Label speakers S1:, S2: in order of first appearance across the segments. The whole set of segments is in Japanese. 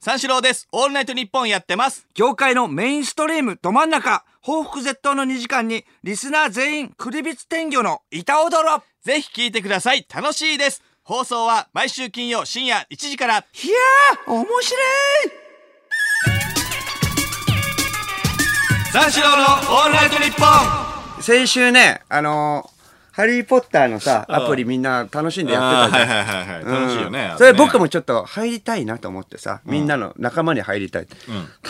S1: 三四郎です。オールナイトニッポンやってます。
S2: 業界のメインストリームど真ん中報復絶倒の2時間にリスナー全員クリビツ天魚の板踊ろ
S1: ぜひ聞いてください。楽しいです。放送は毎週金曜深夜1時から。
S2: いやー面白い
S1: 三四郎のオールナイトニッポン
S2: 先週ねあのーハリー・ポッター」のさアプリみんな楽しんでやってたじゃん
S1: はいはいはいはい。楽しいよね。あ
S2: それ僕
S1: も。
S2: もちょっと入りたいなと思ってさ、みんなの仲間に入りたい、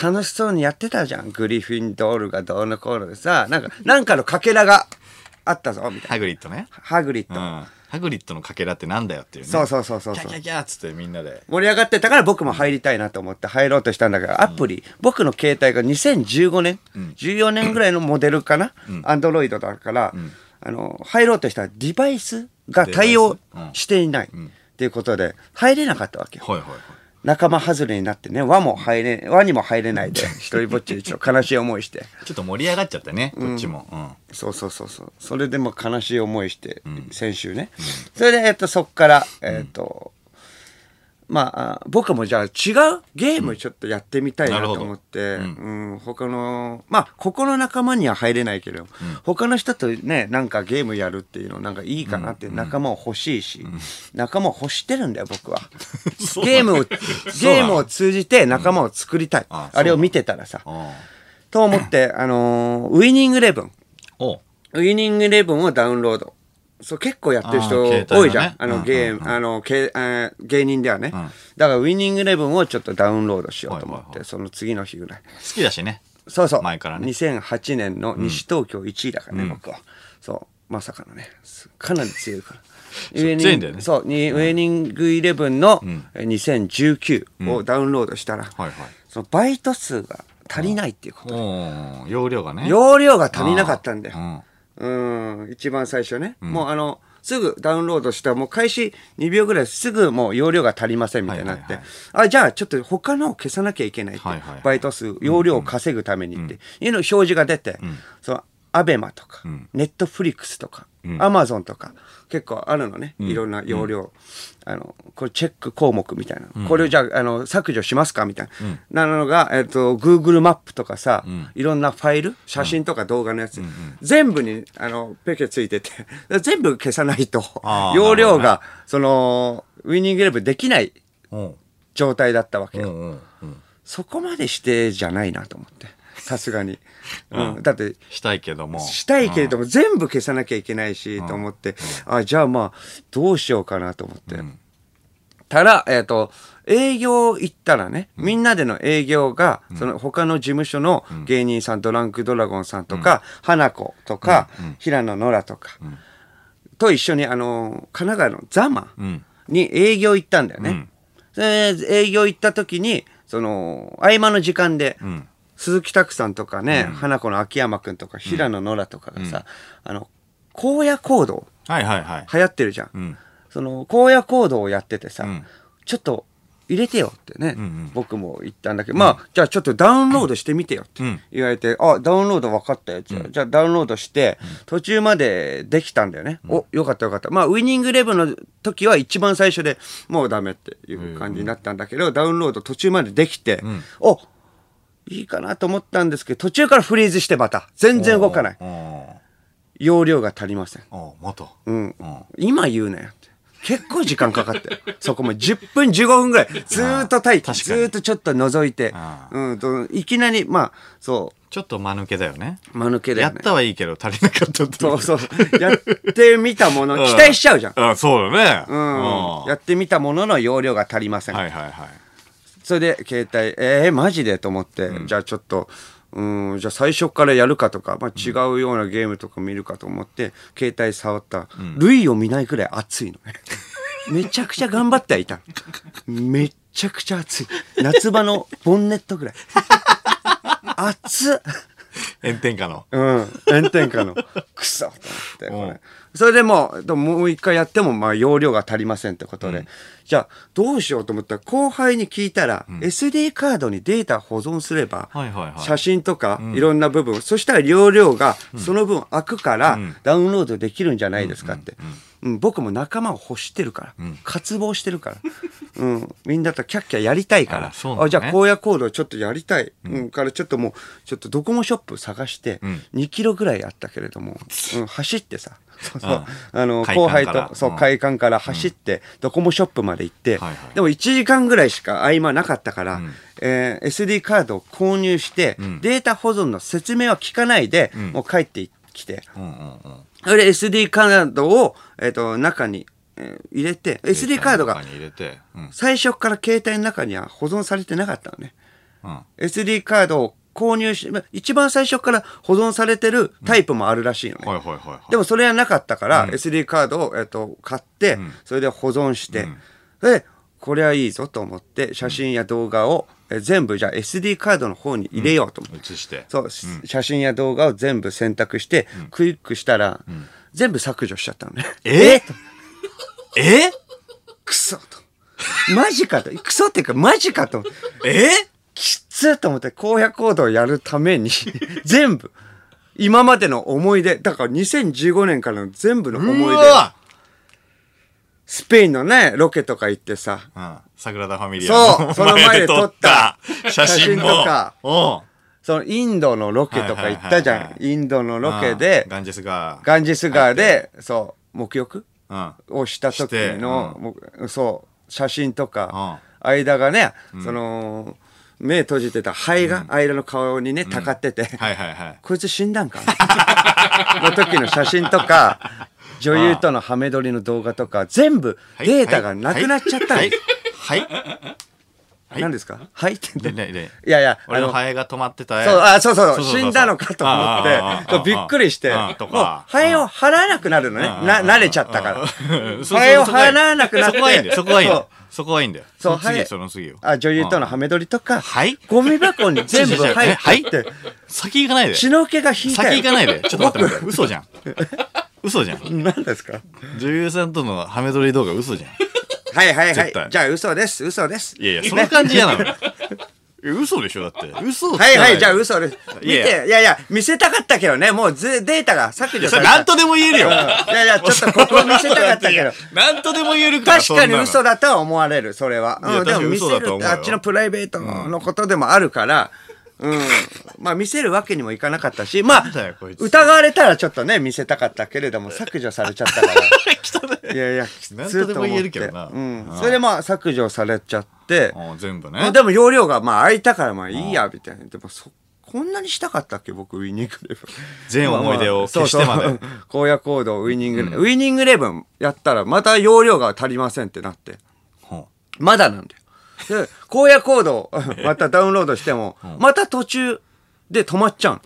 S2: 楽しそうにやってたじゃんグリフィンドールがどうのこうのでさなんかなんかのかけらがあったぞみたいな
S1: ハグリッドね。
S2: ハグリッ
S1: う
S2: ド、
S1: ん。ハグリッドのかけらってなんだよっていうね。
S2: そうそうそうそう
S1: キャ
S2: そう
S1: キャキャっつってみんなで。
S2: 盛り上がってたから僕も入りたいなと思って入ろうとしたんだけどアプリ、僕の携帯が2015年、14年ぐらいのモデルかなアンドロイドだから、あの入ろうとしたらデバイスが対応
S1: デバイスうん
S2: していないっていうことで入れなかったわけよ、
S1: はいはいはい。
S2: 仲間外れになってね輪も入れ輪にも入れないで一人ぼっちでちょっと悲しい思いして
S1: ちょっと盛り上がっちゃったね、こっちも。うん。
S2: そうそうそうそうそれでも悲しい思いして、先週ね、それで、えっと、そっからえっと、まああ僕もじゃあ違うゲームちょっとやってみたいなと思って、
S1: な
S2: う
S1: るほど
S2: ん他のまあここの仲間には入れないけど、他の人とねなんかゲームやるっていうのなんかいいかなって仲間を欲しいし、仲間を欲してるんだよ僕は
S1: そうだね
S2: ゲームをゲームを通じて仲間を作りたい、
S1: うんあ
S2: あれを見てたらさ
S1: あ
S2: と思って、あのーウィニングイレブン
S1: あ。おう
S2: ウィニングイレブンをダウンロード。そう、結構やってる人
S1: あー携帯のね
S2: 多いじゃん。あ
S1: うん
S2: の、ゲーム、あの、けあー芸人ではね。
S1: ん
S2: だから、ウィニングイレブンをちょっとダウンロードしようと思って、
S1: はいはいは
S2: その次の日ぐらい。
S1: 好きだしね。
S2: そうそう。
S1: 前からね
S2: 2008年の西東京1位だからね、僕は。そう。まさかのね。すかなり強い から。ウ
S1: う
S2: ェ
S1: 強いん
S2: ニ
S1: だ
S2: ング
S1: よね
S2: そう、にウェニングイレブンのえ2019をダウンロードしたら、
S1: はいはい。
S2: そのバイト数が足りないっていうこと。
S1: おう容量がね。
S2: 容量が足りなかったんだよ
S1: う。ん。
S2: うん、一番最初ね。もうあの、すぐダウンロードした、もう開始2秒ぐらいすぐもう容量が足りませんみたいになって、
S1: はいはい
S2: あ、じゃあちょっと他のを消さなきゃいけないって、
S1: はいはいはい
S2: バイト数、容量を稼ぐためにって、いうの表示が出て、そのアベマとか、ネットフリックスとか、アマゾンとか、結構あるのね、いろんな容量、あの、これチェック項目みたいな、これをじゃああの削除しますかみたいな、なのが、えっと、Google マップとかさ、いろんなファイル、写真とか動画のやつ、全部に、あの、ペケついてて、 全部消さないと
S1: あ、ー
S2: 容量
S1: な
S2: が、その、ウィニングイレブンできない
S1: おう
S2: 状態だったわけ
S1: う
S2: よ。
S1: んうんうん。
S2: そこまでしてじゃないなと思って、さすがに。うん、だって、
S1: したいけども。
S2: したいけれども、全部消さなきゃいけないし、と思って、あ、じゃあまあ、どうしようかなと思って。たら、えっ、と、営業行ったらね、みんなでの営業が、その他の事務所の芸人さん、ドランクドラゴンさんとか、花子とか、平野ノラとか、と一緒に、あの、神奈川のザマ
S1: ん
S2: に営業行ったんだよね。で営業行った時に、その、合間の時間で、
S1: ん
S2: 鈴木拓さんとかね、花子の秋山くんとか、平野ノラとかがさ、あの、荒野行動、
S1: はいはいはい。
S2: 流行ってるじゃん。
S1: うん。
S2: その荒野行動をやっててさ、
S1: ん
S2: ちょっと入れてよってね、
S1: んうん
S2: 僕も言ったんだけど、まあじゃあちょっとダウンロードしてみてよって
S1: うん
S2: 言われて、あダウンロード分かったよじゃあ,、じゃあダウンロードして、途中までできたんだよね、およかったよかったまあウイニングイレブンの時は一番最初でもうダメっていう感じになったんだけど、ダウンロード途中までできて、おいいかなと思ったんですけど途中からフリーズしてまた全然動かない
S1: おう
S2: 容量が足りません
S1: おうまた。
S2: うん
S1: うん。
S2: 今言うなよって。結構時間かかって る。そこも10分15分ぐらい、ずーっと待機、
S1: あー確
S2: ず
S1: かに
S2: ーっとちょっと覗いて
S1: あ、
S2: うんと、いきなり、まあ、そ
S1: ちょっと間抜けだよね。
S2: う、間抜けだ
S1: や
S2: よ
S1: っ
S2: ね。
S1: たはいいけど足りなかったって
S2: そうそう。やってみたもの、期待しちゃうじゃん。
S1: あそうだね。
S2: うん。や
S1: は
S2: ってみたものの容量が足りませ
S1: い
S2: ん。
S1: はいはい。
S2: それで携帯えー、マジでと思って、じゃあちょっとうんじゃあ最初からやるかとか、まあ、違うようなゲームとか見るかと思って、携帯触ったら、類を見ないくらい熱いの ねめちゃくちゃ頑張ってはいためちゃくちゃ熱い夏場のボンネット ぐらい熱っ
S1: 炎天下の。
S2: うん、炎 天下のクソと思
S1: うん
S2: ってこれそれでもうでももう一回やってもまあ容量が足りませんってことで、じゃあどうしようと思ったら後輩に聞いたら、SD カードにデータ保存すれば、
S1: はいはいはい
S2: 写真とかいろんな部分、そしたら容量がその分空くからダウンロードできるんじゃないですかって、うん、僕も仲間を欲してるから、渇望してるから、 うん、みんなとキャッキャやりたいから
S1: あそうなのね
S2: じゃあ荒野行動ちょっとやりたい、うんからちょっともうちょっとドコモショップ探して2キロぐらいあったけれども、うん、走ってさそうそうあの
S1: 海
S2: 後
S1: 岸から
S2: 輩とそううん会館から走ってドコモショップまで行って、
S1: はいはい
S2: でも1時間ぐらいしか合間なかったから、えー SD カードを購入して、データ保存の説明は聞かないで、もう帰ってきて、
S1: うんうんうん
S2: それで SD カードを、えっと中に、えー入れて SD カード
S1: デ
S2: が
S1: タの中に入れて、うん
S2: 最初から携帯の中には保存されてなかったのね
S1: うん、
S2: SD カードを購入しま一番最初から保存されてるタイプもあるらしいのね、
S1: はいはいはいはい。
S2: でもそれはなかったから、SD カードを、えっと買って、それで保存して、でこれはいいぞと思って写真や動画を、え全部じゃあ SD カードの方に入れようと思って、
S1: 移して。
S2: そう、写真や動画を全部選択して、クリックしたら、全部削除しちゃったのね。
S1: ええ
S2: くそと。マジかと。くそっていうかマジかと。
S1: え
S2: きついと思って、荒野行動をやるた めに、全部、今までの思い出、だから2015年からの全部の
S1: う
S2: 思い出、
S1: わ
S2: スペインのね、ロケとか行ってさ、
S1: うん、桜田ファミリア
S2: そう その前で撮った
S1: 写真も
S2: 写真とか
S1: お
S2: そのインドのロケとか行ったじ
S1: はいはい
S2: ゃ
S1: はい
S2: ん。インドのロケで、
S1: ガンジスが
S2: ガンジス川で、そう、沐浴
S1: うん
S2: をした時の
S1: して、
S2: もうそう写真とか、
S1: う
S2: 間がね、その目閉じてた肺が間の顔にね、たかってて、
S1: はいはいはい
S2: こいつ死んだんか の時の写真とか女優とのハメ撮りの動画とか全部
S1: はい
S2: データがなくなっちゃったん
S1: は
S2: で
S1: い
S2: す、
S1: はいはいはい
S2: 何ですかはいって言
S1: で
S2: っ
S1: で
S2: て
S1: で
S2: いやいや
S1: 俺
S2: あ
S1: の
S2: の
S1: ハエが止まってた絵
S2: そうあそうそう
S1: そうそうそう
S2: 死んだのかと
S1: ああああああ
S2: 思ってびっくりして
S1: ああとか
S2: もうハエを払わなくなるのね
S1: うん
S2: な慣れちゃったから
S1: うん そ
S2: ハエを払わなくなっ
S1: そ
S2: て
S1: こはいいんだよそこはいいんだ
S2: そう
S1: よそこはいいんだよ
S2: そ
S1: その
S2: うハ
S1: 次
S2: エ
S1: その次よ
S2: あ女優とのハメ撮りとか、
S1: はい
S2: ゴミ箱に全部
S1: 違う違う違う
S2: 入
S1: えは
S2: っ
S1: い
S2: てって、
S1: 先行かないで
S2: 血
S1: 先
S2: の気が引いたよ
S1: 行かないでちょっと待って待って嘘じゃん嘘じゃん
S2: 何ですか
S1: 女優さんとのハメ撮り動画嘘じゃん
S2: はいはいは
S1: 絶
S2: い
S1: 対
S2: じゃあ嘘です嘘です
S1: いやいやその感じ嫌なのえ嘘でしょだって嘘っつか
S2: は
S1: ない
S2: はいじゃあ嘘です見
S1: いやいや
S2: ていやいや見せたかったけどねもうずデータが削除
S1: そ
S2: さ
S1: れ
S2: れた
S1: 何とでも言えるよ
S2: うんいやいやちょっとここ見せたかったけど
S1: 何とでも言えるから
S2: 確かに
S1: そ
S2: 嘘
S1: ん
S2: だとは思われるそれは、
S1: いや
S2: うん、でも見
S1: 確
S2: せ
S1: かに嘘だ
S2: る
S1: とは
S2: っ
S1: 思う
S2: て
S1: よ
S2: あっちのプライベートのことでもあるから、うん、まあ見せるわけにもいかなかったしまあ
S1: なんだよこいつ
S2: 疑われたらちょっとね見せたかったけれども削除されちゃったから
S1: なの 汚い
S2: いやいや、きつ
S1: なん
S2: い
S1: とで
S2: と
S1: も
S2: 思
S1: 言え
S2: っ
S1: るけ
S2: て。
S1: どな
S2: うん
S1: う。ん
S2: それでまあ削除されちゃって、
S1: あー全部
S2: まあ
S1: ね
S2: でも容量がまあ空いたからまあいいや、みたいな。でもそ、こんなにしたかったっけ僕、ウィニングレブン。
S1: 全思い出を消してまで
S2: そう そう。荒野行動、ウィニングレブン。ウィニングレブンやったらまた容量が足りませんってなって。
S1: ほ
S2: まだなんだよ。で、 荒野行動、またダウンロードしても、また途中で止まっちゃうの。
S1: う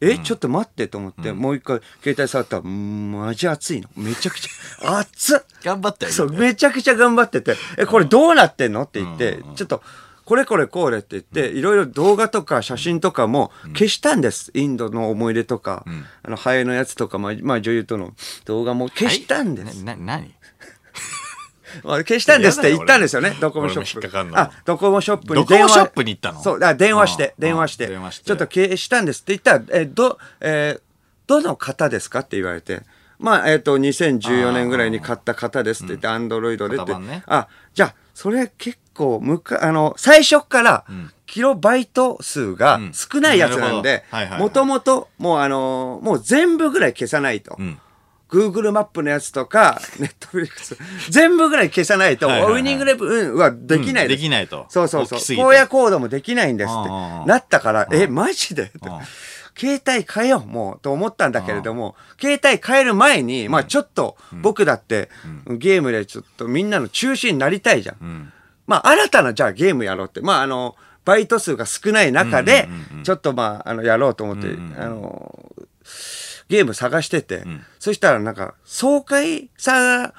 S1: え
S2: え、ちょっと待ってと思って、もう一回携帯触ったら、うんマジ熱いの。めちゃくちゃ、熱っ
S1: 頑張ったよ
S2: そう、めちゃくちゃ頑張ってて、え、これどうなってんのって言って、ちょっと、これこれこれって言って、いろいろ動画とか写真とかも消したんです。インドの思い出とか、あの、ハエのやつとか、まあ、まあ、女優との動画も消したんです。
S1: なな何
S2: まあ消したんですって言ったんですよね、
S1: 俺
S2: ドコモショッ
S1: 俺も
S2: プ。
S1: 引っかかんの
S2: あ、ドコモショップに
S1: ドコモ
S2: 電話
S1: ショップに行ったの
S2: そう、だから電話して、
S1: うん
S2: 電話して
S1: うん電話して
S2: ちょっと消したんですって言ったら、え、ど、えーどの方ですかって言われて、まあ、えっ、と、2014年ぐらいに買った方ですって言って、アンドロイドでって、
S1: 型番ね
S2: あ、じゃあ、それ結構、むか、あの、最初から、キロバイト数が
S1: ん
S2: 少ないやつな
S1: なるほ
S2: んで
S1: どはいはいは、い
S2: もともと、もうあのーもう全部ぐらい消さないと。
S1: ん
S2: Google マップのやつとか、Netflix、全部ぐらい消さないと、
S1: はいはいはい
S2: ウイニングレブンはできない
S1: うんで
S2: です、
S1: きないと
S2: そうそうそ
S1: 大
S2: う。
S1: きすぎて
S2: 荒野行動もできないんですって
S1: うんうんうん
S2: なったから、え、マジでって
S1: ん
S2: 携帯変えよう、もう、と思ったんだけれども、携帯変える前に、まあちょっと、僕だって、ゲームでちょっとみんなの中心になりたいじゃん。
S1: ん
S2: まあ新たな、じゃあゲームやろうって。まああの、バイト数が少ない中で、ちょっとまあ、あの、やろうと思って、あの、ゲーム探してて、そしたらなんか、爽快さ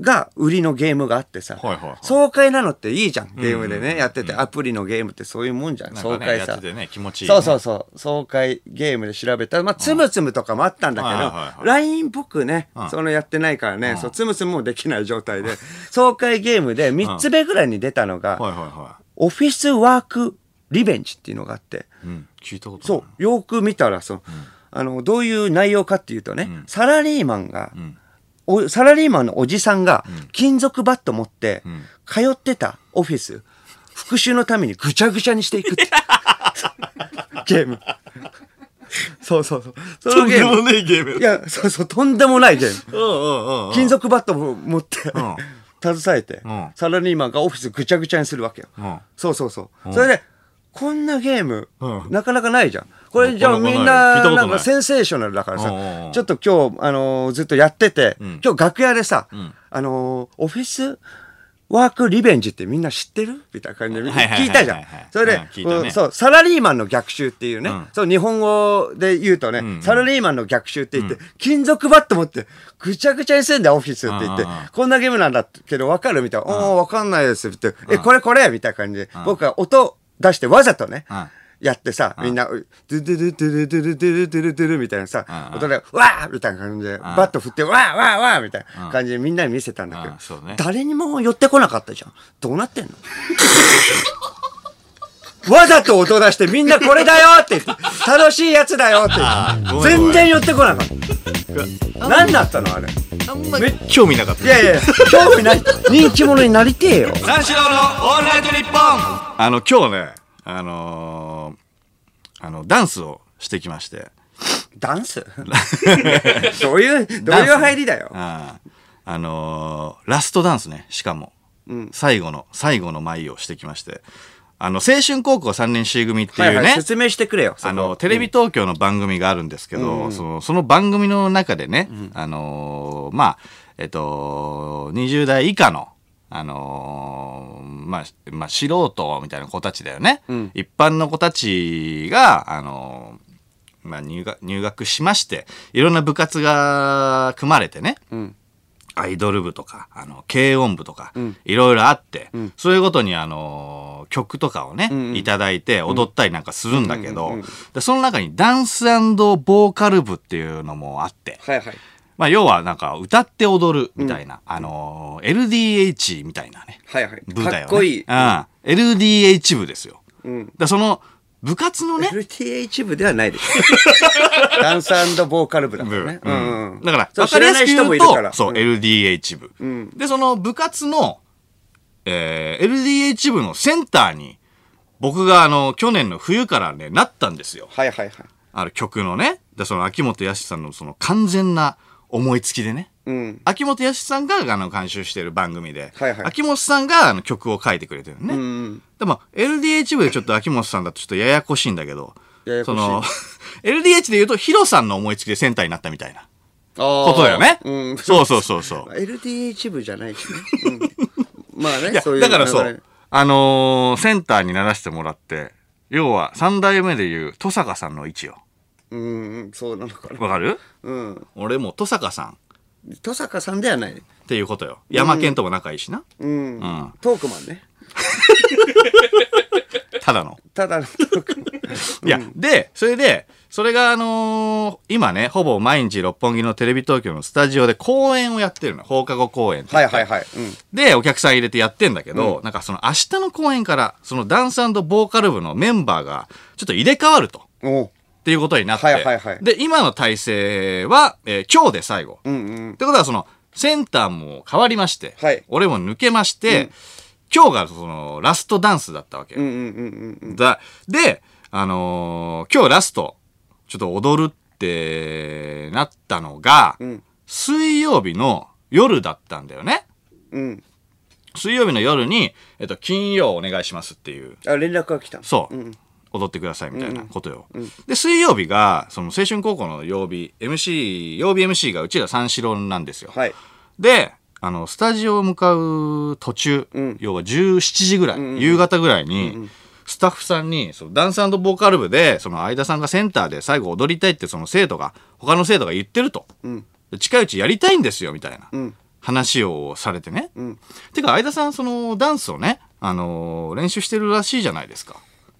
S2: が売りのゲームがあってさ、
S1: はいはいはい
S2: 爽快なのっていいじゃん、ゲームでね、やってて、アプリのゲームってそういうもんじゃん、
S1: なん
S2: 爽
S1: かね
S2: 快
S1: や
S2: さ
S1: って。てね気持ちいい
S2: そうそううそう、爽快ゲームで調べたら、まあ、つむつむとかもあったんだ
S1: はいはいはいは
S2: け
S1: い
S2: ど、LINE 僕ね
S1: う、ん
S2: そのやってないからね、そう、つむつむもできない状態で、爽快ゲームで3つ目ぐらいに出たのが、
S1: はいはいは
S2: オフィスワークリベンジっていうのがあって、
S1: いうん聞いたこと
S2: そう
S1: ない、
S2: よく見たら、その、あの、どういう内容かっていうとね、サラリーマンが、おサラリーマンのおじさんが金属バット持って、通ってたオフィス、復讐のためにぐちゃぐちゃにしていくって。 ゲーム。そうそうそう。そ
S1: と
S2: の
S1: ん
S2: ゲ
S1: で
S2: ー
S1: も
S2: ム。
S1: ねえゲーム。
S2: いや、そうそう、とんでもないゲーム。
S1: うんうんうんうん。
S2: 金属バットも持って、
S1: ん
S2: 携えて、
S1: うん
S2: サラリーマンがオフィスぐちゃぐちゃにするわけよ。
S1: うん
S2: そうそうそう。それで、こんなゲーム、
S1: うん
S2: なかなかないじゃん。これじゃあ
S1: なかな
S2: み
S1: かない
S2: んな、
S1: 聞いたことな
S2: ないんかセンセーショナルだから
S1: うんうんう
S2: さ
S1: ん、
S2: ちょっと今日、あのーずっとやってて、
S1: ん
S2: 今日楽屋でさ、あのーオフィスワークリベンジってみんな知ってるみたいな感じ
S1: はい
S2: で
S1: はいはいはい
S2: 聞いたじゃん。それ
S1: う
S2: で
S1: ん、聞いたね
S2: うんそう、サラリーマンの逆襲っていうね、
S1: うん
S2: そう、日本語で言うとね、
S1: うん
S2: サラリーマンの逆襲って言って、金属バット持って、ぐちゃぐちゃにしてんだよ、オフィスって言って
S1: うんうんうん、
S2: こんなゲームなんだけど、わかるみたいな。おー、わかんないですって。え、これこれみたいな感じで、僕は音出してわざとね
S1: うん、
S2: やってさ、みんな、ドゥドゥドゥドゥドゥドゥドゥドゥドゥドゥみたいなさ
S1: う、ん
S2: 音で、わーみたいな感じで、バット振って、わーわーわーみたいな感じでみんなに見せたんだけ
S1: うんそう
S2: ど
S1: ね、
S2: 誰にも寄ってこなかったじゃん。どうなってんのわざと音出してみんなこれだよって言って、楽しいやつだよって言
S1: ご
S2: っ
S1: め
S2: て、
S1: んごめん
S2: 全然寄ってこなかった。何だったのあれ。
S1: あんま興味なかった。
S2: いやいや、興味ない。人気者になりてえよ。
S1: 三四郎のオールナイトニッポンあの、今日ね、あのー、あの、ダンスをしてきまして。
S2: ダ ンスどういう、どう
S1: ダン
S2: い
S1: ス
S2: う入りだよ。
S1: あーあのーラストダンスね、しかも。最後の、最後の舞をしてきまして。あの、青春高校3年 C 組っていうね、
S2: はいはい、説明してくれよ。そこ
S1: あの、テレビ東京の番組があるんですけど、そのその番組の中でね、あのーまあ、えっと、20代以下の、あのーまあ、まあ、素人みたいな子たちだよね。一般の子たちが、あのーまあ、入学入学しましていろんな部活が組まれてね、アイドル部とかあの軽音部とか、いろいろあって、そういうことにあの曲とかをね、いただいて踊ったりなんかするんだけど、でその中にダンスボーカル部っていうのもあって、
S2: はいはい。
S1: まあ、要はなんか歌って踊るみたいな、あの LDH みたいなね
S2: はいはい。
S1: 部だよね
S2: かっこいい。
S1: うん、LDH 部ですよ、
S2: うん。
S1: でその部活のね
S2: LTH 部ではないです。 ダンスボーカル部だからね。
S1: う
S2: うんんうん。
S1: だから、
S2: そう
S1: わかり
S2: 知ら
S1: や
S2: な
S1: す
S2: い
S1: く
S2: 人
S1: 言
S2: も
S1: う
S2: いる
S1: と
S2: から。、
S1: そう、LDH 部、
S2: ん
S1: で、その部活の、えー LDH 部のセンターに、僕があの、去年の冬からね、なったんですよ。
S2: はいはいはい。
S1: あの曲のね。で、その秋元康さんのその完全な思いつきでね。
S2: うん。
S1: 秋元康さんがあの監修してる番組で、
S2: はいはい
S1: 秋元さんがあの曲を書いてくれてるのね。
S2: うん。
S1: でも LDH 部でちょっと秋元さんだとちょっとややこしいんだけど、
S2: ややこしい
S1: その LDH で言うとヒロさんの思いつきでセンターになったみたいな。
S2: こ
S1: ことよね。
S2: うん。
S1: そうそうそう そう。
S2: LTH 部じゃないしね。 うん。まあ
S1: い
S2: ね、
S1: や
S2: そういう。
S1: だからそ
S2: 流れ
S1: う。あのーセンターにならしてもらって、要は三代目でいう登坂さんの位置よ。
S2: うんうん、そうなのかな。
S1: わかる
S2: うん。
S1: 俺もう登坂さん
S2: 登坂さんではない。
S1: っていうことよ。山県とも仲いいしな。
S2: うん
S1: うん。
S2: トークマンね。
S1: ただの。
S2: た だのトークマン。
S1: いや、で、それで、それがあのー今ね、ほぼ毎日六本木のテレビ東京のスタジオで公演をやってるの。放課後公演って
S2: はいはいはい。うん。
S1: で、お客さん入れてやってんだけど、なんかその明日の公演から、そのダンスボーカル部のメンバーが、ちょっと入れ替わると。
S2: おう
S1: っていうことになって、
S2: はいはいはい
S1: で、今の体制は、えー今日で最後。
S2: うんうん。
S1: ってことは、その、センターも変わりまして、
S2: はい
S1: 俺も抜けまして、今日がその、ラストダンスだったわけ。
S2: うんうんうんうん。
S1: だで、あのー今日ラスト、ちょっと踊るってなったのが、
S2: ん
S1: 水曜日の夜だったんだよね。
S2: うん。
S1: 水曜日の夜に、えっと、金曜お願いしますっていう
S2: あ、連絡が来たの
S1: そう、踊ってくださいみたいなことよ、で水曜日がその青春高校の曜日 MC 曜日 MC がうちら三四郎なんですよ、
S2: はい。
S1: であのスタジオを向かう途中、要は17時ぐらい、夕方ぐらいに、スタッフさんにそのダンスボーカル部でその相田さんがセンターで最後踊りたいってその生徒が他の生徒が言ってると、で近いうちやりたいんですよみたいな、話をされてね、てか相田さんそのダンスをね、あのー練習してるらしいじゃないですか、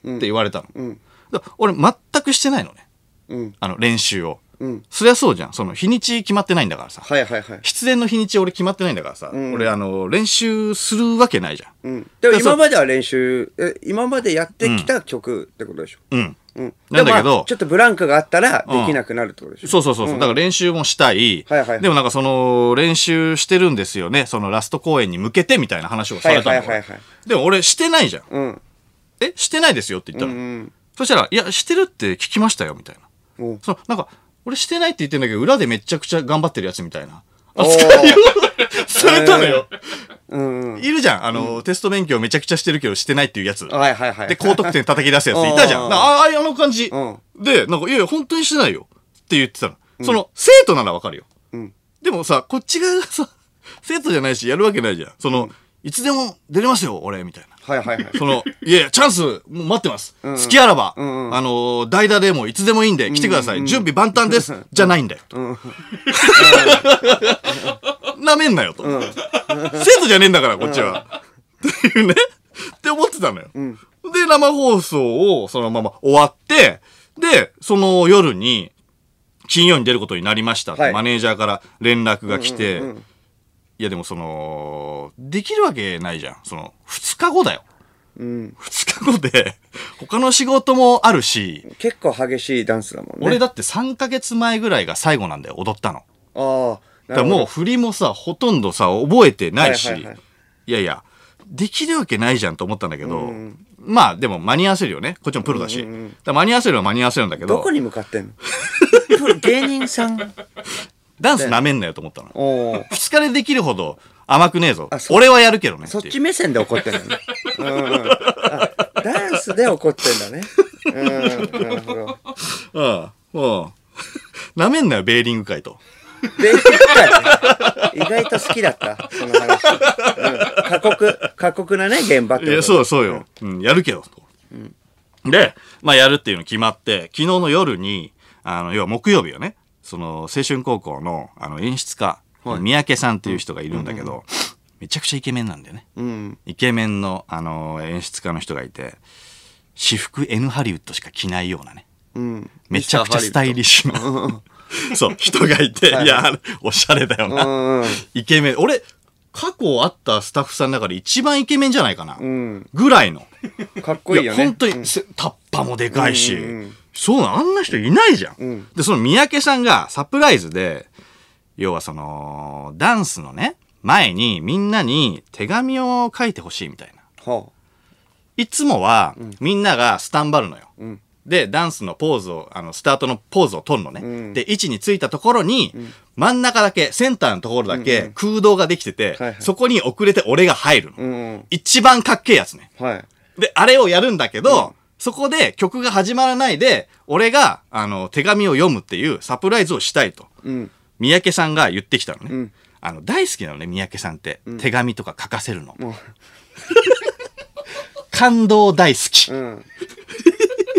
S1: って言われたの、だから俺全くしてないのね
S2: うん。
S1: あの練習を
S2: ん
S1: そりゃそうじゃん。その日にち決まってないんだからさ。
S2: はいはいはい。
S1: 出演の日にち俺決まってないんだからさ。俺、あの、練習するわけないじゃん。
S2: うん、で
S1: だ
S2: も
S1: からそ
S2: 今までは練習え今までやってきた曲ってことでしょ、
S1: うん。
S2: うん
S1: なんだけど
S2: でもまあちょっとブランクがあったらできなくなるってことでしょ、
S1: そうそうそうそう。だから練習もしたい。
S2: はいはいはい
S1: でもなんかその、練習してるんですよね。そのラスト公演に向けてみたいな話をされたの。
S2: はいはいはいはい
S1: でも俺してないじゃん。
S2: うん
S1: えしてないですよって言ったの。
S2: うん
S1: そしたら、いや、してるって聞きましたよ、みたいな。
S2: お
S1: そう、なんか、俺してないって言ってんだけど、裏でめちゃくちゃ頑張ってるやつみたい な。
S2: ー
S1: 扱いをされたのよ。
S2: うんうん
S1: いるじゃん。あの、テスト勉強めちゃくちゃしてるけど、してないっていうやつ。
S2: はいはいはい
S1: で、高得点叩き出すやつ
S2: うん
S1: いたじゃん。なああ、あの感じ。
S2: う
S1: で、なんか、いやいや、本当にしてないよ。って言ってたの。その、生徒ならわかるよ。
S2: うん
S1: でもさ、こっち側がさ、生徒じゃないし、やるわけないじゃん。その、いつでも出れますよ、俺、みたいな。
S2: はいはいはい
S1: その、いやいや、チャンス、もう待ってます。好きあらば、
S2: ん
S1: あのー代打でもいつでもいいんで、来てください。準備万端です。じゃないんだよ。なめんなよ、と。生徒じゃねえんだから、こっちは。っていうね。って思ってたのよ。で、生放送をそのまま終わって、で、その夜に、金曜に出ることになりましたって、
S2: はい
S1: マネージャーから連絡が来て、いやでもその、できるわけないじゃん。その、2日後だよ。
S2: うん
S1: 2日後で、他の仕事もあるし、
S2: 結構激しいダンスだもんね
S1: 俺だって3ヶ月前ぐらいが最後なんだよ、踊ったの。
S2: ああ
S1: だからもう振りもさ、ほとんどさ、覚えてないし、
S2: はい
S1: い
S2: はいはい
S1: やいや、できるわけないじゃんと思ったんだけど、まあでも間に合わせるよね。こっちもプロだし。だから間に合わせるは間に合わせるんだけ
S2: ど
S1: ど
S2: こ、に向か ってんのこれ芸人さん
S1: ダンスなめんなよと思ったの。
S2: おー
S1: 2日でできるほど甘くねえぞ
S2: あ。そ
S1: 俺はやるけどねって
S2: そ
S1: いう。
S2: っち目線で怒ってんのね、うんうん、あダンスで怒ってんだねうんなるほど
S1: うん。うん。 なめんなよ、ベーリング界と。
S2: で、意外と好きだった、その話。うん、過酷、過酷なね、現場ってこと
S1: いや、そうよそうよ。うん、やるけど、とで、まあやるっていうの決まって、昨日の夜に、あの、要は木曜日よね、その、青春高校の、あの、演出家、三宅さんっていう人がいるんだけど、めちゃくちゃイケメンなんだよね。
S2: うん。
S1: イケメンの、あの、演出家の人がいて、私服 N ハリウッドしか着ないようなね。
S2: うん。
S1: めちゃくちゃスタイリッシュな、そう、人がいて、いや、あれおしゃれだよ
S2: う
S1: な。
S2: ん。
S1: イケメン。俺、過去あったスタッフさんの中で一番イケメンじゃないかな。
S2: ん
S1: ぐらいの。
S2: かっこいいよね。
S1: や本当にせ、タッパもでかいし、
S2: うんうんう
S1: そうなのあんな人いないじゃん,、
S2: ん
S1: で、その三宅さんがサプライズで、要はその、ダンスのね、前にみんなに手紙を書いてほしいみたいな。
S2: ほ
S1: いつもは、みんながスタンバるのよ。
S2: う。うん。
S1: で、ダンスのポーズを、あの、スタートのポーズを取るのね。
S2: ん
S1: で、位置についたところに、真ん中だけ、センターのところだけ空洞ができてて、
S2: はいはい
S1: そこに遅れて俺が入るの。
S2: うん。
S1: 一番かっけえやつね。
S2: はい。
S1: で、あれをやるんだけど、そこで曲が始まらないで、俺が、あの、手紙を読むっていうサプライズをしたいと、
S2: うん。
S1: 三宅さんが言ってきたのね。
S2: ん
S1: あの、大好きなのね、三宅さんって。手紙とか書かせるの。
S2: も
S1: 感動大好き。
S2: う、うん。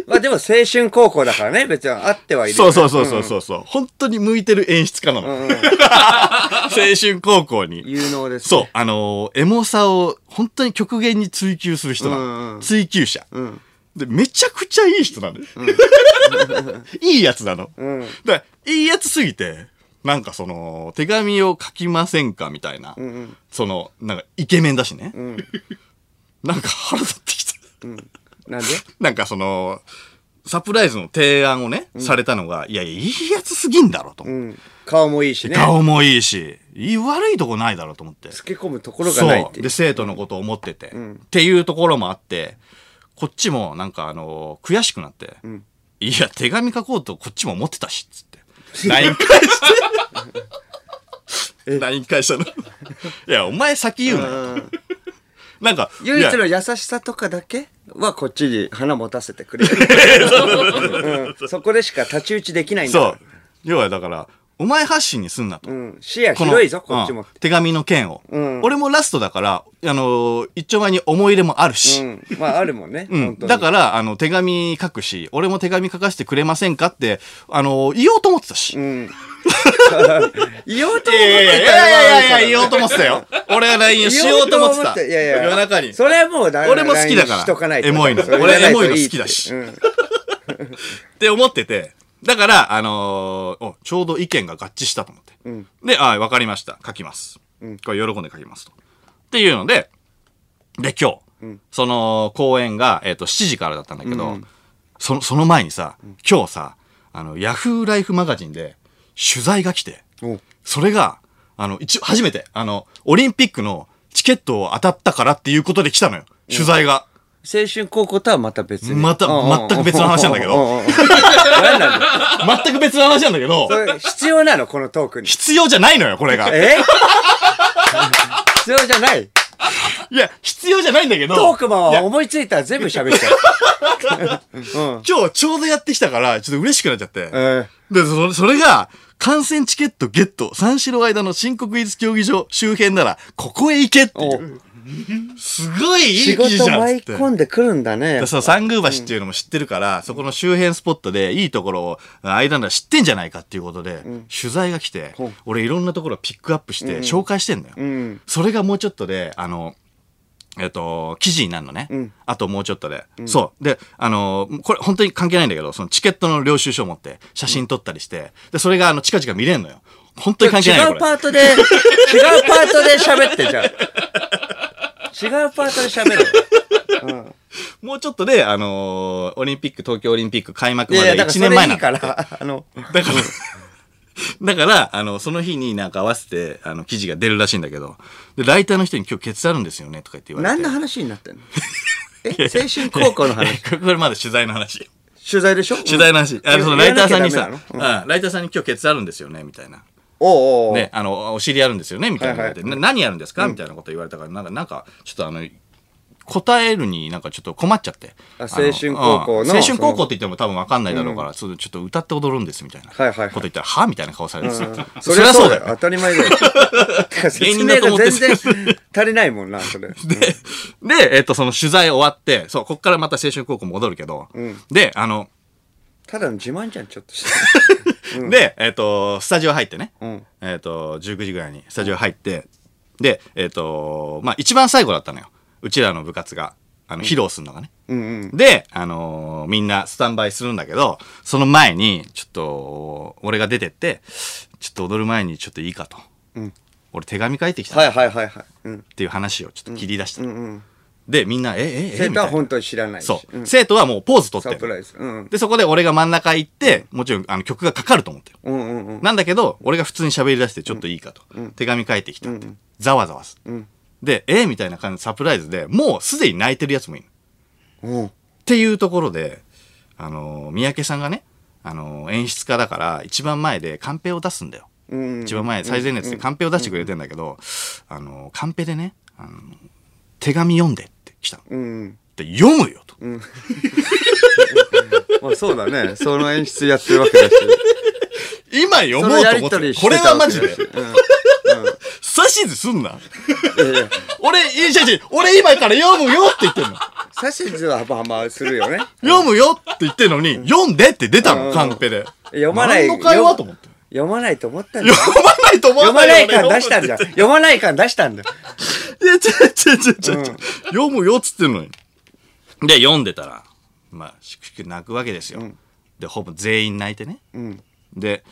S2: まあでも青春高校だからね、別にあってはいるよ
S1: そ
S2: ね。
S1: うそうそうそうそうそう、本当に向いてる演出家なの。青
S2: ん
S1: 春高校に。
S2: 有能です、
S1: そう、あのーエモさを本当に極限に追求する人なの。
S2: うんうん
S1: 追求者。
S2: う。うん。
S1: で、めちゃくちゃいい人なのよ。 いいやつなの。
S2: うん。
S1: だからいいやつすぎて、なんかその、手紙を書きませんかみたいな、
S2: うん。
S1: その、なんかイケメンだしね。
S2: うん。
S1: なんか腹立ってきた。
S2: うん。なんで
S1: なんかその、サプライズの提案をね、されたのが、いやいや、いいやつすぎんだろと
S2: う
S1: 思って、
S2: ん。顔もいいしね。
S1: 顔もいいし、いい悪いとこないだろと思って。
S2: つけ込むところがない
S1: そ
S2: って
S1: う
S2: い
S1: で
S2: う。
S1: 生徒のことを思ってて、
S2: ん
S1: っていうところもあってこっちもなんかあのー悔しくなって、
S2: ん
S1: いや手紙書こうとこっちも思ってたしっ つって LINE 返して LINE 返したのいやお前先言うなよ、
S2: うん。
S1: なんか
S2: 唯一
S1: い
S2: の
S1: や
S2: 優しさとかだけはこっちに花持たせてくれる、 うん、そこでしか太刀打ちできないんだか
S1: そ
S2: ら
S1: う要はだからお前発信にすんなと、
S2: う、ん、視野
S1: この
S2: 広いぞこっち
S1: う
S2: も
S1: ん、手紙の件を、
S2: うん
S1: 俺もラストだから、あのー一丁前に思い入れもあるし、
S2: うん、まああるもんね、
S1: うん
S2: 本当に
S1: だから、あの、手紙書くし、俺も手紙書かせてくれませんかって、あの、言おうと思ってたし。
S2: うん言おうと思ってた
S1: いやいやいやいやい や言おうと思ってたよ。俺は LINE しようと思ってた。
S2: いやいや
S1: 夜中に。
S2: それはもうだ
S1: 俺も好きだから
S2: しとかないと
S1: エモいの
S2: それ
S1: 俺
S2: じゃないと
S1: エモいの
S2: って
S1: 好きだし
S2: うん
S1: って思ってて、だから、あのーおちょうど意見が合致したと思って。で、ああ、わかりました。書きます。これ喜んで書きますと。っていうので、で、今日、その公演が、えっ、と、7時からだったんだけど、その、その前にさ、今日さ、あの、ヤフーライフマガジンで取材が来て、
S2: お
S1: それが、あの、一応、初めて、あの、オリンピックのチケットを当たったからっていうことで来たのよ。取材 が。
S2: 青春高校とはまた別に。
S1: また全く別の話なんだ けど
S2: うんうんうんうん。何なんだよ
S1: 全く別の話なんだけど
S2: そ、れ必要なのこのトークに。
S1: 必要じゃないのよ、これが。
S2: え 必要じゃない。
S1: いや、必要じゃないんだけど。
S2: トークも
S1: いや
S2: 思いついたら全部喋っちゃう。
S1: 今日ちょうどやってきたから、ちょっと嬉しくなっちゃって。
S2: え
S1: で、それ、それが、観戦チケットゲット、三四郎間の新国立競技場周辺なら、ここへ行けってい
S2: お
S1: う。すごいいい
S2: 仕
S1: 記事
S2: 事
S1: じゃんっ
S2: 舞い
S1: つって。
S2: 込んでくるんだね
S1: で。そう、三宮橋っていうのも知ってるから、そこの周辺スポットでいいところを、間なら知ってんじゃないかっていうことで、取材が来て、俺いろんなところをピックアップして紹介してんのよ。
S2: うん。
S1: それがもうちょっとで、あの、えっと、記事になるのね。
S2: ん
S1: あともうちょっとで。そう。で、あの、これ本当に関係ないんだけど、そのチケットの領収書を持って写真撮ったりして、で、それがあの、近々見れんのよ。本当に関係ないよ
S2: 違
S1: こ
S2: う
S1: れ
S2: パートで、違うパートで喋ってじゃん。違うパートで喋る。
S1: もうちょっとで、あのーオリンピック、東京オリンピック開幕
S2: い
S1: ま
S2: やいや、
S1: で
S2: だか
S1: 1年
S2: らそれ
S1: 前
S2: い
S1: ないん
S2: か
S1: だ
S2: ら、あの、
S1: だから、だから、あの、その日になんか合わせて、あの、記事が出るらしいんだけど、で、ライターの人に今日ケツあるんですよね、とか言って言われ
S2: 何
S1: て。
S2: の話になってんのえ 青春高校の話。
S1: これまだ取材の話。
S2: 取材でしょ
S1: 取材の話。あの、そのライターさんにさ、
S2: 言わなきゃダメなの
S1: あライターさんに今日ケツあるんですよね、みたいな。
S2: おうおうおう
S1: ね、あの、お尻あるんですよね、みたいな言われて、
S2: は
S1: な何やるんですかみたいなこと言われたから、なんか、なんか、ちょっとあの、答えるになんかちょっと困っちゃって。
S2: あ
S1: あの
S2: 青春高校の
S1: うん青春高校って言っても多分わかんないだろうから、ちょっとちょっと歌って踊るんです、みたいな。
S2: はいはいはい
S1: こと言ったら、はみたいな顔されてさ
S2: うん
S1: そりゃそうだよ。
S2: 当たり前だよ。てか
S1: 芸
S2: 説
S1: 人だ
S2: 明
S1: と思
S2: が
S1: って
S2: 全然足りないもんな、それ。
S1: で、で、えっと、その取材終わって、そう、こっからまた青春高校戻るけど、で、あの、
S2: ただの自慢じゃん、ちょっとした。
S1: で、えっ、と、スタジオ入ってね、
S2: ん
S1: えっ、と、19時ぐらいにスタジオ入って、で、えっ、と、まあ、一番最後だったのよ。うちらの部活が、あの、披露するのがね。
S2: うんうん。
S1: で、あのーみんなスタンバイするんだけど、その前に、ちょっと、俺が出てって、ちょっと踊る前にちょっといいかと。
S2: うん
S1: 俺手紙書いてきた
S2: は
S1: っ
S2: いはいはいはい。うん。
S1: ていう話をちょっと切り出した
S2: う
S1: の。
S2: んうん。
S1: で、みんな、え、え、え、
S2: 生
S1: み
S2: 徒
S1: た
S2: はい
S1: な。
S2: 本当に知らないし。
S1: そう、
S2: ん
S1: 生徒はもうポーズ取って
S2: サ
S1: る。
S2: プライズ。うん。
S1: で、そこで俺が真ん中行って、もちろんあの曲がかかると思ってる。
S2: うんうんうん。
S1: なんだけど、俺が普通に喋り出してちょっといいかと。手紙書いてきたって。ざわざわする。
S2: ん
S1: で、えみたいな感じのサプライズで、もうすでに泣いてるやつもいる。っ
S2: うん。
S1: ていうところで、あのー三宅さんがね、あのー演出家だから、一番前でカンペを出すんだよ。
S2: うん
S1: 一番前、最前列でカンペを出してくれてんだけど、あのーカンペでね、あのー手紙読んでって来たの。
S2: うん。
S1: で、読むよと。
S2: まあそうだね。その演出やってるわけだし。
S1: 今読
S2: そ
S1: も
S2: の
S1: う
S2: や
S1: と
S2: り
S1: 思っ
S2: と
S1: てる
S2: りして
S1: これは
S2: たわ
S1: マ
S2: け
S1: ジ
S2: だ
S1: で
S2: し。。うん
S1: 指図すんな。
S2: いやいや
S1: 俺、いやいやいや俺今から読むよって言ってんの。
S2: 指図はまあまあするよね。
S1: 読むよって言ってんのに、読んでって出たの、カンペで。
S2: 読まない。
S1: 何の会話と思って。
S2: 読まないと思ったんだ よ。
S1: 読まないと思わ
S2: 読ま
S1: ない
S2: ない
S1: よ
S2: 感
S1: 俺
S2: 出したん じゃん。
S1: 読
S2: 読まない感出したんだよ。
S1: むいや、ちょちょちょちょちょ。読むよっつってんのに。で、読んでたら、まあ、しくしく泣くわけですよ。で、ほぼ全員泣いてね。
S2: うん。
S1: で、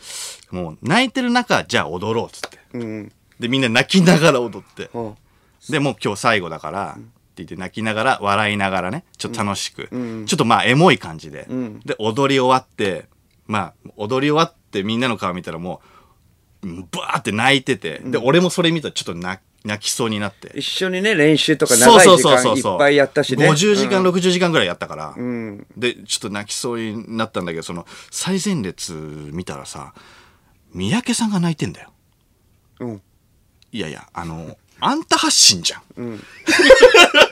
S1: もう泣いてる中、じゃあ踊ろうっつって。
S2: うん。
S1: で、みんな泣きながら踊って。
S2: うん
S1: でもう今日最後だから、って言って泣きながら笑いながらねちょっと楽しく、ちょっとまあエモい感じで、で踊り終わってまあ踊り終わってみんなの顔見たらもううんバーって泣いてて、で俺もそれ見たらちょっと泣泣きそうになって
S2: 一緒にね、練習とか長い時間いっぱいやったしね。
S1: 50時間、
S2: うん
S1: 60時間ぐらいやったから、
S2: ん
S1: でちょっと泣きそうになったんだけどその最前列見たらさ三宅さんが泣いてんだよ
S2: うん。
S1: いやいやあのあんた発信じゃん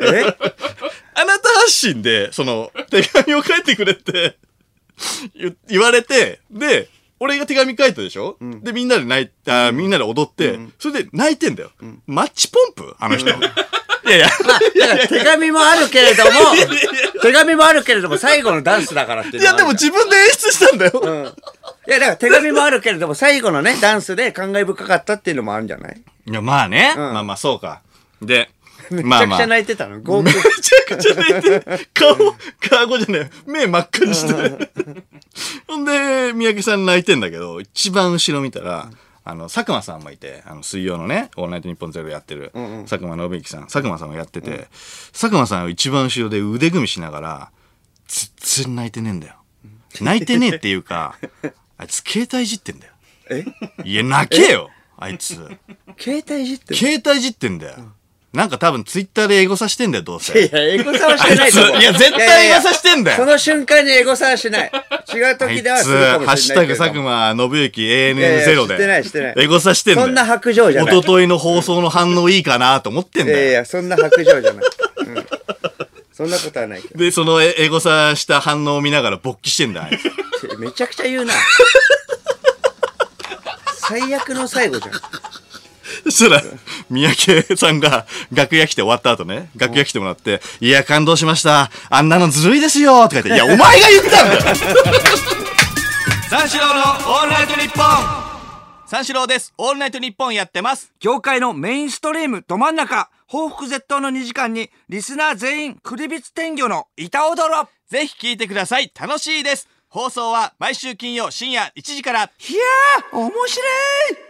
S2: え
S1: あなた発信で、その、手紙を書いてくれって、言言われて、で、俺が手紙書いたでしょ、で、みんなで泣いた、みんなで踊って、それで泣いてんだよ。マッチポンプあの人。いやいや、
S2: だから手紙もあるけ れども、手紙もあるけれども、最後のダンスだからっていう
S1: い
S2: のは
S1: や、
S2: あ
S1: で
S2: る
S1: も自分で演出したんだよ。
S2: うん。いや、だから手紙もあるけれども、最後のね、ダンスで感慨深かったっていうのもあるんじゃない
S1: いや、まあね。
S2: ん
S1: まあまあ、そうか。で、
S2: めち
S1: まあ
S2: ゃく
S1: ま
S2: ち
S1: あ
S2: ゃ泣いてたの、号
S1: め
S2: 泣
S1: ちゃくちゃ泣いてる顔、顔じゃない、目真っ赤にして。ほんで、三宅さん泣いてんだけど、一番後ろ見たら、あの、佐久間さんもいて、あの、水曜のね、オールナイトニッポンゼロやってる、佐久間信之さん、佐久間さんもやってて、佐久間さんは一番後ろで腕組みしながら、全然泣いてねえんだよ。泣いてねえっていうか、あいつ携帯いじってんだよ。
S2: え
S1: いや、泣けよあいつ。
S2: 携帯い じってる
S1: 携帯いじってんだよ。なんか多分ツイッターでエゴさしてんだよ、どうせ。
S2: いや、エゴサはしてない と思う
S1: いや絶対
S2: ややや
S1: エゴサしてんだよ
S2: その瞬間にエゴサはしない。違う
S1: あい
S2: 時
S1: つ、
S2: ではするか
S1: ハ
S2: も
S1: ッ
S2: し
S1: シュ
S2: れな
S1: タ
S2: いけ
S1: グ
S2: ど。
S1: 佐久間信之
S2: やいや
S1: ANN0
S2: 知ってない知ってない
S1: で、エゴサしてんだよ。
S2: そんな白状じゃない
S1: 一昨日の放送の反応いいかなと思ってん
S2: いやい
S1: だよ。
S2: や、そんな白状じゃない。うんそんなことはないけ
S1: で、そのエエゴサした反応を見ながら勃起してんだよ。あいつ
S2: ど。めちゃくちゃ言うな。最悪の最後じゃん。
S1: そしたら、三宅さんが楽屋来て終わった後ね、楽屋来てもらって、いや、感動しました。あんなのずるいですよとか言って、いや、お前が言ったんだよ三四郎のオールナイトニッポン三四郎です。オールナイトニッポンやってます。
S3: 業界のメインストリームど真ん中報復絶倒の2時間にリスナー全員クリビツ天魚の板踊ろ
S1: ぜひ聞いてください。楽しいです。放送は毎週金曜深夜1時から。
S3: いやー面白い